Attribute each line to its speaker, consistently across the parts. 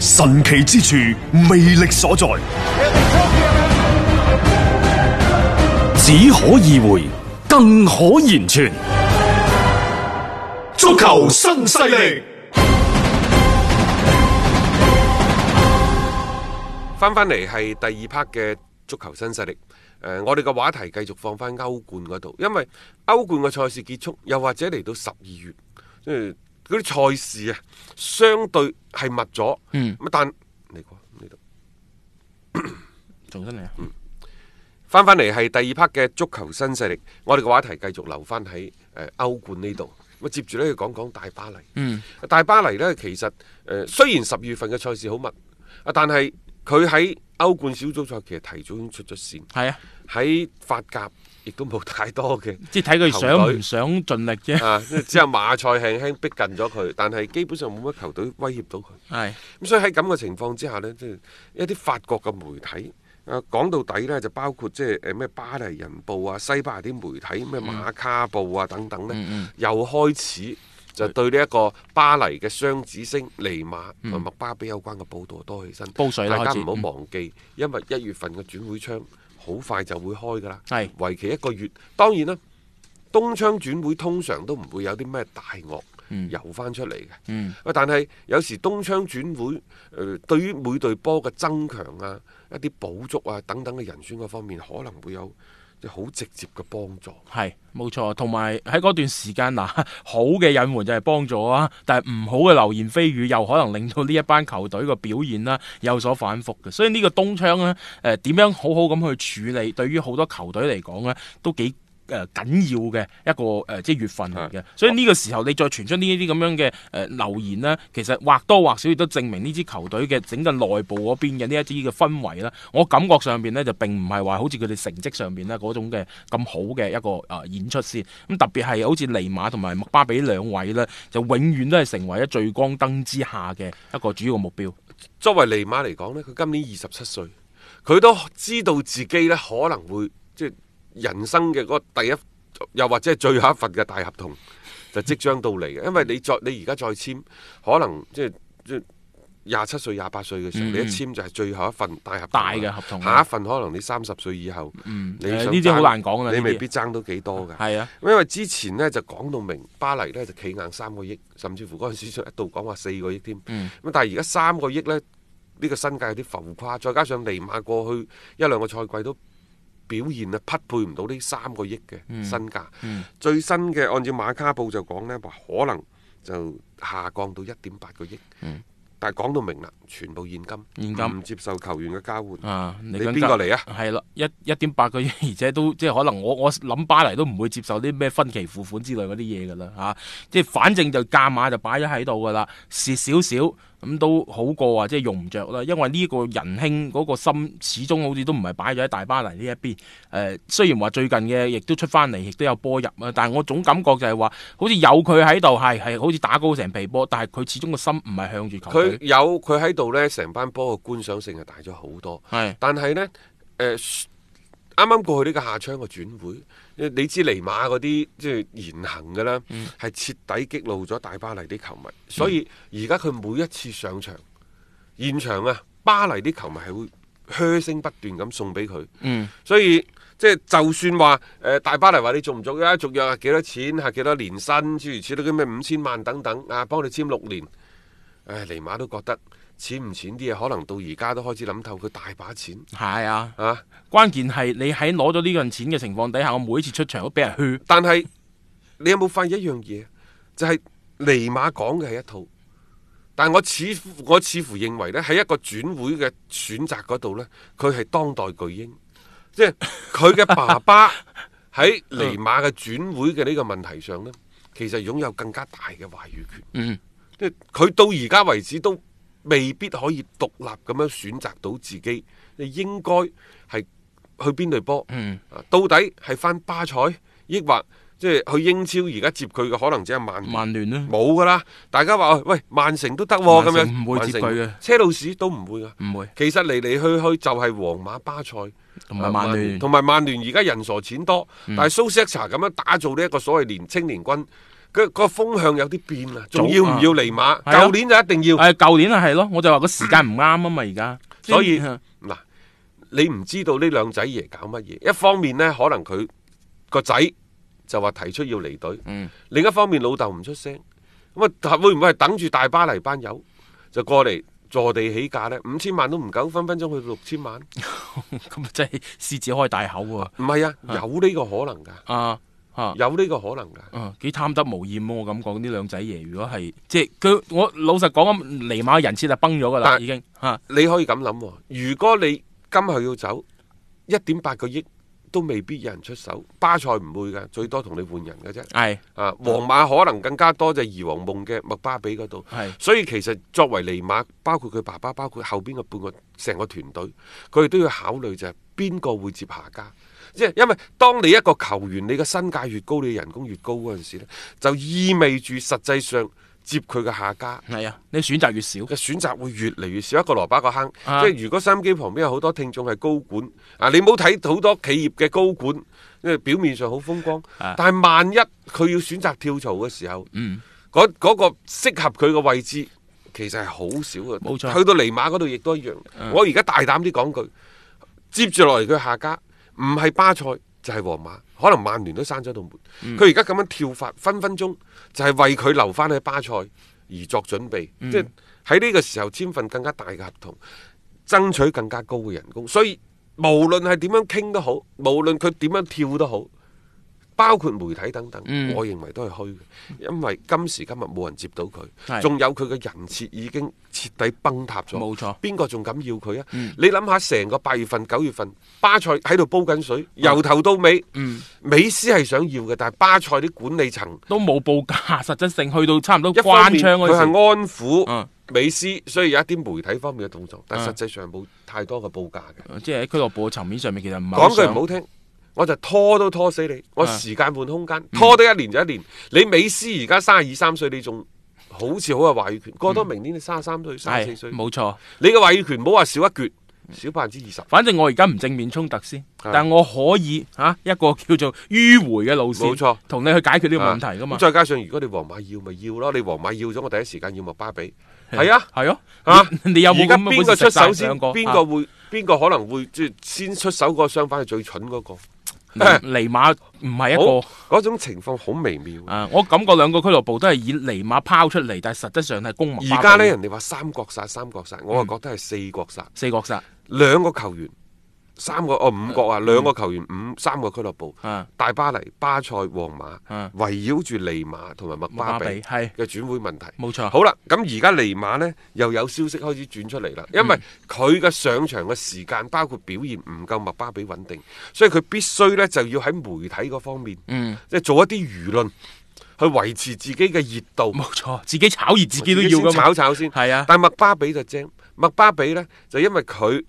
Speaker 1: 神奇之處，魅力所在，
Speaker 2: 只可意會，更可言傳。
Speaker 3: 足球新勢力，
Speaker 4: 翻翻嚟係第二 part 嘅足球新勢力。誒、我哋嘅話題繼續放翻歐冠嗰度，因為歐冠嘅賽事結束，又或者嚟到十二月，即係嗰啲賽事啊，相對係密咗。嗯，咁但你講呢度。
Speaker 5: 重新嚟啊！
Speaker 4: 翻翻嚟係第二 part 嘅足球新勢力，我哋嘅話題繼續留翻喺誒歐冠呢度。咁啊接住呢，要講講大巴黎。嗯，大巴黎呢，其實誒、呃、雖然十月份嘅賽事好密，啊，但係佢喺歐冠小組賽其實提早已經出咗線，
Speaker 5: 係啊，
Speaker 4: 喺法甲亦都冇太多嘅
Speaker 5: 即係睇佢
Speaker 4: 球
Speaker 5: 想
Speaker 4: 隊
Speaker 5: 唔想盡力啫。
Speaker 4: 啊，只有馬賽輕輕逼近咗佢，但係基本上冇乜球隊威脅到佢。
Speaker 5: 係
Speaker 4: 咁所以喺咁嘅情況之下呢，即係一啲法國嘅媒體啊，講到底呢，就包括即係誒呃咩巴黎人報啊、西班牙啲媒體
Speaker 5: 嗯
Speaker 4: 咩馬卡報啊等等呢，又開始就對呢一個巴黎嘅雙子星尼馬同埋麥巴比有關嘅報導多起身。
Speaker 5: 嗯煲水啦
Speaker 4: 大家
Speaker 5: 開始嗯
Speaker 4: 唔好忘記，因為一月份嘅轉會窗好快就會開㗎啦，
Speaker 5: 係
Speaker 4: 為期一個月。當然啦。東窗轉會通常都唔會有啲咩大鱷
Speaker 5: 嗯
Speaker 4: 游翻出嚟嘅。喂但係有時東窗轉會，誒、呃、對於每隊波嘅增強啊、一啲補足啊等等嘅人選嗰方面，可能會有即係好直接嘅幫助。
Speaker 5: 係冇錯，同埋喺嗰段時間嗱， 好嘅引援就係幫助啊，但係唔好嘅流言蜚語又可能令到呢一班球隊嘅表現啦有所反覆嘅，所以呢個冬窗呢，誒點樣好好咁去處理，對於好多球隊嚟講呢，都幾。誒緊要嘅一個誒、呃即係月份嚟嘅，所以呢個時候你再傳出呢一啲咁樣嘅誒、呃流言呢，其實或多或少亦都證明呢支球隊嘅整個內部嗰邊嘅呢一啲嘅氛圍啦。我感覺上邊呢，就並唔係話好似佢哋成績上邊呢嗰種嘅咁好嘅一個誒、呃演出先。咁特別係好似尼馬同埋麥巴比兩位呢，就永遠都係成為咗聚光燈之下嘅一個主要目標。
Speaker 4: 作為尼馬嚟講呢，佢今年二十七歲，佢都知道自己呢可能會即係人生嘅嗰個第一，又或者係最後一份嘅大合 同就即將到嚟嘅。因為你再你而家再簽，可能即係即係廿七歲、廿八歲嘅時候，你一簽就係最後一份大合同
Speaker 5: 嗯
Speaker 4: 啊
Speaker 5: 大嘅合同啊嗯
Speaker 4: 下一份可能你三十歲以後，你
Speaker 5: 誒
Speaker 4: 想
Speaker 5: 呢啲好
Speaker 4: 爭
Speaker 5: 難講啦
Speaker 4: 你
Speaker 5: 呢啲
Speaker 4: 未必爭到幾多㗎。
Speaker 5: 係啊，
Speaker 4: 因為之前呢，就講到明巴黎呢，就企硬三個億，甚至乎嗰陣時一度講話四個億添。咁、
Speaker 5: 嗯
Speaker 4: 但係而家三個億呢，呢、個身價有啲浮誇，再加上尼馬過去一兩個賽季都表現啊匹配唔到呢三個億
Speaker 5: 嗯
Speaker 4: 嘅身價。最新嘅按照馬卡報就講呢，話可能就下降到一點八個億。但係講到明啦，全部現金，
Speaker 5: 嗯現金
Speaker 4: 唔接受球員嘅交換。
Speaker 5: 啊！
Speaker 4: 你
Speaker 5: 更
Speaker 4: 邊
Speaker 5: 加
Speaker 4: 個嚟啊？
Speaker 5: 係咯，一一點八個億， 而且都即係可能我我諗巴黎都唔會接受啲咩分期付款之類嗰啲嘢㗎啦嚇，即係反正就價碼就擺咗喺度㗎啦，蝕少少咁都好過啊，即係用唔着啦，因為呢個仁兄嗰個心始終好似都唔係擺咗喺大巴黎呢一邊。誒、雖然話最近嘅亦都出翻嚟，亦都有波入啊，但係我總感覺就係話，好似有佢喺度係係好似打高成皮波，但係佢始終個心唔係向住球
Speaker 4: 佢
Speaker 5: 隊。
Speaker 4: 有佢喺度呢，成班波嘅觀賞性係大咗好多。
Speaker 5: 係
Speaker 4: 但係呢，誒、啱啱過去呢個夏窗嘅轉會，你你知尼馬嗰啲即係言行嘅啦，
Speaker 5: 嗯
Speaker 4: 係徹底激怒咗大巴黎啲球迷，所以而家佢每一次上場，現場啊，巴黎啲球迷係會噓聲不斷咁送俾佢，
Speaker 5: 嗯
Speaker 4: 所以。即係就算話誒、呃大巴黎話你續唔續約，續約係幾多錢，係幾多年薪，諸如此類嘅咩五千萬等等啊，幫你簽六年，唉，尼馬都覺得錢唔錢啲嘢，可能到而家都開始諗透，佢大把錢
Speaker 5: 係啊。
Speaker 4: 啊！
Speaker 5: 關鍵係你喺攞咗呢份錢嘅情況底下，我每一次出場都俾人嘘。
Speaker 4: 但係你有冇發現一樣嘢？就係、尼馬講嘅係一套，但係我似乎我似乎認為呢，喺一個轉會嘅選擇嗰度呢，佢係當代巨嬰，即係佢嘅爸 爸喺
Speaker 5: 嗯
Speaker 4: 尼馬嘅轉會嘅呢個問題上呢，其實擁有更加大嘅話語權。
Speaker 5: 嗯，
Speaker 4: 即係佢到而家為止都未必可以獨立咁樣選擇到自己，你應該係去邊隊波？
Speaker 5: 嗯
Speaker 4: 啊，到底係翻巴塞，抑或即係去英超？而家接佢嘅可能只係曼聯
Speaker 5: 嗯曼聯啦，
Speaker 4: 冇噶啦。大家話喂，曼城都得喎
Speaker 5: 曼
Speaker 4: 咁
Speaker 5: 城唔
Speaker 4: 樣，
Speaker 5: 會接
Speaker 4: 曼城
Speaker 5: 佢嘅
Speaker 4: 車路士都唔會噶。
Speaker 5: 唔會
Speaker 4: 其實嚟嚟去去就係皇馬、巴塞
Speaker 5: 同埋曼聯
Speaker 4: 同埋曼聯而家人傻錢多，但係蘇斯查咁樣打造呢一個所謂年青年軍，佢個風向有啲變啊，仲
Speaker 5: 早
Speaker 4: 要唔
Speaker 5: 啊
Speaker 4: 要尼馬？
Speaker 5: 係啊
Speaker 4: 舊年就一定要。
Speaker 5: 誒舊年啊係咯，我就話個時間唔啱啊嘛，而家
Speaker 4: 所以
Speaker 5: 嗯
Speaker 4: 嗱，你唔知道呢兩仔爺搞乜嘢？一方面呢，可能佢個仔就話提出要離隊；
Speaker 5: 嗯
Speaker 4: 另一方面，老豆唔出聲。咁啊，會唔會係等住大巴黎班友就過嚟坐地起價呢？五千萬都唔夠，分分鐘去到六千萬。
Speaker 5: 咁啊真係獅子開大口喎，
Speaker 4: 唔係啊，有呢個可能㗎，
Speaker 5: 啊啊！
Speaker 4: 有呢個可能㗎。
Speaker 5: 啊，幾貪得無厭喎！我咁講呢兩仔爺，如果係即係佢，我老實講咁，尼馬人設就崩咗噶啦，
Speaker 4: 但
Speaker 5: 已經啊嚇
Speaker 4: 你可以咁諗喎，如果你今後要走，一點八個億都未必有人出手，巴塞唔會㗎，最多同你換人嘅啫。
Speaker 5: 係
Speaker 4: 啊，皇馬可能更加多就係兒皇夢嘅麥巴比嗰度，
Speaker 5: 係
Speaker 4: 所以其實作為尼馬，包括佢爸爸，包括後邊嘅半個成個團隊，佢哋都要考慮就係邊個會接下家。即係因為當你一個球員，你嘅身價越高，你嘅人工越高嗰陣時咧，就意味住實際上接佢嘅下家
Speaker 5: 係啊，你選擇越少，
Speaker 4: 嘅選擇會越嚟越少，一個蘿蔔一個坑。
Speaker 5: 啊
Speaker 4: 即係如果收音機旁邊有好多聽眾係高管，啊，你冇睇好多企業嘅高管，因為表面上好風光，
Speaker 5: 啊
Speaker 4: 但係萬一佢要選擇跳槽嘅時候，
Speaker 5: 嗯
Speaker 4: 嗰嗰、個適合佢嘅位置其實係好少嘅。
Speaker 5: 冇錯嗯
Speaker 4: 去到尼馬嗰度亦都一樣。我而家大膽啲講句，接住落嚟佢下家唔係巴塞就係、皇馬，可能曼聯都閂咗道門。
Speaker 5: 嗯
Speaker 4: 佢而家咁樣跳法，分分鐘就係為佢留翻喺巴塞而作準備，
Speaker 5: 嗯
Speaker 4: 即係喺呢個時候簽份更加大嘅合同，爭取更加高嘅人工。所以無論係點樣傾都好，無論佢點樣跳都好。包括媒體等等，
Speaker 5: 嗯
Speaker 4: 我認為都係虛嘅，因為今時今日冇人接到佢，
Speaker 5: 係
Speaker 4: 仲有佢嘅人設已經徹底崩塌咗。
Speaker 5: 冇錯嗯
Speaker 4: 邊個仲敢要佢啊？你諗下，成個八月份、九月份，巴塞喺度煲緊水，
Speaker 5: 啊
Speaker 4: 由頭到尾，
Speaker 5: 嗯
Speaker 4: 美斯係想要嘅，但係巴塞啲管理層
Speaker 5: 都冇報價， 實質性去到差唔多
Speaker 4: 一方
Speaker 5: 關
Speaker 4: 面
Speaker 5: 窗嗰
Speaker 4: 佢
Speaker 5: 陣
Speaker 4: 係
Speaker 5: 時，
Speaker 4: 安撫、
Speaker 5: 嗯
Speaker 4: 美斯，所以有一啲媒體方面嘅動作，但
Speaker 5: 嗯
Speaker 4: 係實際上冇太多嘅報價嘅。
Speaker 5: 即係喺俱樂部嘅層面上面，其實唔係
Speaker 4: 講句
Speaker 5: 想
Speaker 4: 唔好聽，我就拖都拖死你，我
Speaker 5: 啊
Speaker 4: 時間換空間，拖得一年就一年。你美斯而家三十二三歲，你仲好似好有話語權，過多明年你三十三歲、三十四歲
Speaker 5: 係，嗯冇嗯錯。
Speaker 4: 你嘅話語權唔好話少一橛，少百分之二十。
Speaker 5: 反正我而家唔正面衝突先，
Speaker 4: 啊
Speaker 5: 但我可以嚇、啊一個叫做迂回嘅路線，
Speaker 4: 冇錯
Speaker 5: 同你去解決呢個問題噶嘛
Speaker 4: 啊咁。再加上如果你皇馬要咪要咯，你皇馬要咗，我第一時間要麥巴比。係啊，
Speaker 5: 係咯、
Speaker 4: 啊
Speaker 5: 你你有冇
Speaker 4: 而家
Speaker 5: 咁嘅
Speaker 4: 邊
Speaker 5: 本
Speaker 4: 個
Speaker 5: 事
Speaker 4: 出
Speaker 5: 食晒
Speaker 4: 手先？
Speaker 5: 兩個
Speaker 4: 邊
Speaker 5: 啊
Speaker 4: 個會？邊個可能會即係先出手嗰個相反係最蠢嗰個？
Speaker 5: 嗯尼尼馬唔係一個。
Speaker 4: 好嗰種情況好微妙。
Speaker 5: 啊，我感覺兩個俱樂部都係以尼馬拋出嚟，但係實質上係公民。
Speaker 4: 而家呢，人哋話三國殺三國殺，我啊覺得係四國殺。
Speaker 5: 四國殺
Speaker 4: 兩個球員，三個哦五個啊，兩個球員五三個俱樂部，
Speaker 5: 啊
Speaker 4: 大巴黎、巴塞、皇馬，
Speaker 5: 啊
Speaker 4: 圍繞住尼馬同埋麥
Speaker 5: 巴
Speaker 4: 巴比
Speaker 5: 比係
Speaker 4: 嘅轉會問題。
Speaker 5: 冇錯
Speaker 4: 好啦，咁而家尼馬呢又有消息開始轉出嚟啦，嗯因為佢嘅上場嘅時間包括表現唔夠麥巴比穩定，所以佢必須呢就要喺媒體嗰方面，
Speaker 5: 嗯
Speaker 4: 即係做一啲輿論去維持自己嘅熱度。
Speaker 5: 冇錯，自己炒熱自己都要
Speaker 4: 先
Speaker 5: 噶嘛。
Speaker 4: 炒炒先。
Speaker 5: 係啊
Speaker 4: 但麥巴比就精，麥巴比呢，就因為佢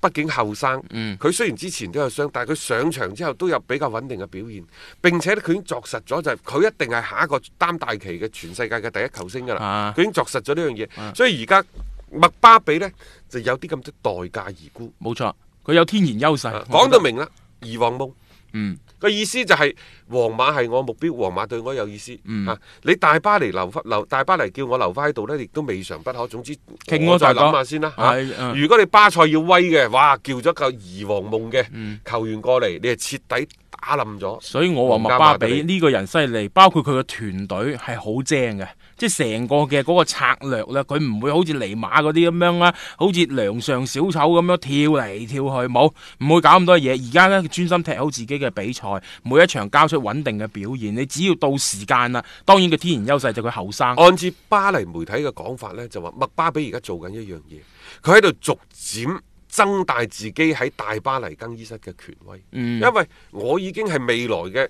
Speaker 4: 畢竟後生，佢、
Speaker 5: 嗯
Speaker 4: 雖然之前都有傷，但係佢上場之後都有比較穩定嘅表現。並且呢佢已經作實咗，就係、佢一定係下一個擔大旗嘅全世界嘅第一球星㗎啦。
Speaker 5: 啊
Speaker 4: 佢、已經作實咗呢樣嘢，所以而家麥巴比呢，就有啲咁多代價而沽。
Speaker 5: 冇錯，佢有天然優勢。
Speaker 4: 啊
Speaker 5: 我
Speaker 4: 講
Speaker 5: 覺
Speaker 4: 到
Speaker 5: 得，
Speaker 4: 明啦，二王夢。
Speaker 5: 嗯，
Speaker 4: 個意思就係皇馬係我目標，皇馬對我有意思。
Speaker 5: 嗯
Speaker 4: 啊，你大巴黎留翻留大巴黎叫我留翻喺度呢，亦都未嘗不可。總之，
Speaker 5: 傾
Speaker 4: 我
Speaker 5: 咯大
Speaker 4: 再
Speaker 5: 哥
Speaker 4: 諗下先啦。啊
Speaker 5: 係嗯
Speaker 4: 如果你巴塞要威嘅，哇，叫咗個兒皇夢
Speaker 5: 嗯
Speaker 4: 嘅球員過嚟，你係徹底打冧咗。
Speaker 5: 所以我話麥巴比呢個人犀利，包括佢嘅團隊係好精嘅，即係成個嘅嗰個策略咧，佢唔會好似尼馬嗰啲咁樣啦，好似梁上小丑咁樣跳嚟跳去，冇唔會搞咁多嘢。而家咧專心踢好自己嘅比賽，每一場交出穩定嘅表現。你只要到時間啦，當然佢天然優勢就佢後生。
Speaker 4: 按照巴黎媒體嘅講法呢，就話麥巴比而家做緊一樣嘢，佢喺度逐漸增大自己喺大巴黎更衣室嘅權威。
Speaker 5: 嗯
Speaker 4: 因為我已經係未來嘅、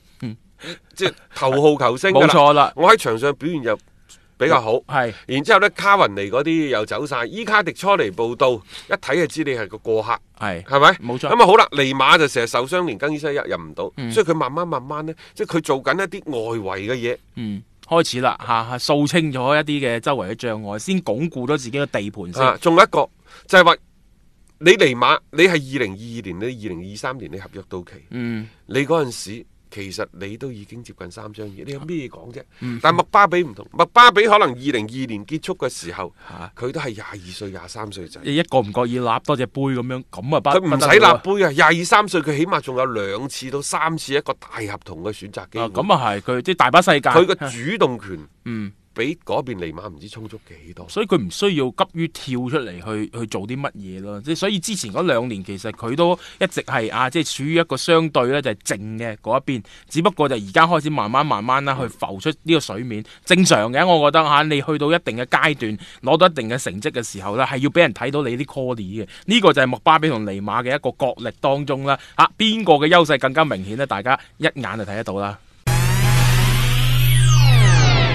Speaker 4: 即係頭號球星㗎
Speaker 5: 冇錯啦
Speaker 4: 我喺場上表現又比較好。
Speaker 5: 係
Speaker 4: 然之後呢，卡雲尼嗰啲又走晒，伊卡迪初嚟報到，一睇就知你係個過客。
Speaker 5: 係
Speaker 4: 係咪？
Speaker 5: 冇錯嗯
Speaker 4: 咁啊好啦，尼馬就成日受傷，連更衣室入入唔到，所以佢慢慢慢慢呢，即係佢做緊一啲外圍嘅嘢。
Speaker 5: 嗯，開始啦吓，嚇掃清咗一啲嘅周圍嘅障礙，先鞏固咗自己嘅地盤先。
Speaker 4: 啊，仲有一個就係話你尼馬，你係二零二二年，你二零二三年你合約到期，
Speaker 5: 嗯，
Speaker 4: 你嗰陣時其實你都已經接近三張嘢，你有
Speaker 5: 啊
Speaker 4: 咩講啫？
Speaker 5: 嗯
Speaker 4: 但麥巴比唔同，麥巴比可能二零二年結束嘅時候
Speaker 5: 嚇，
Speaker 4: 佢都係廿二歲、廿三歲仔。
Speaker 5: 一個唔覺意立多隻杯咁樣，咁啊不
Speaker 4: 佢唔
Speaker 5: 不
Speaker 4: 使
Speaker 5: 得了啊
Speaker 4: 立杯啊！廿二三歲，佢起碼仲有兩次到三次一個大合同嘅選擇機
Speaker 5: 啊
Speaker 4: 會。
Speaker 5: 咁啊係，佢即係大把世界。
Speaker 4: 佢個主動權，
Speaker 5: 嗯，
Speaker 4: 比嗰邊尼馬唔知充足幾多。
Speaker 5: 所以佢唔需要急於跳出嚟去去做啲乜嘢咯。即係所以之前嗰兩年其實佢都一直係啊，即係處於一個相對咧就係靜嘅嗰一邊，只不過就而家開始慢慢慢慢啦
Speaker 4: 嗯
Speaker 5: 去浮出呢個水面，正常嘅。我覺得嚇、啊你去到一定嘅階段，攞到一定嘅成績嘅時候咧，係要俾人睇到你啲 call 嘅。呢、個就係麥巴比同尼馬嘅一個角力當中啦。嚇、邊個嘅優勢更加明顯呢？大家一眼就睇得到啦。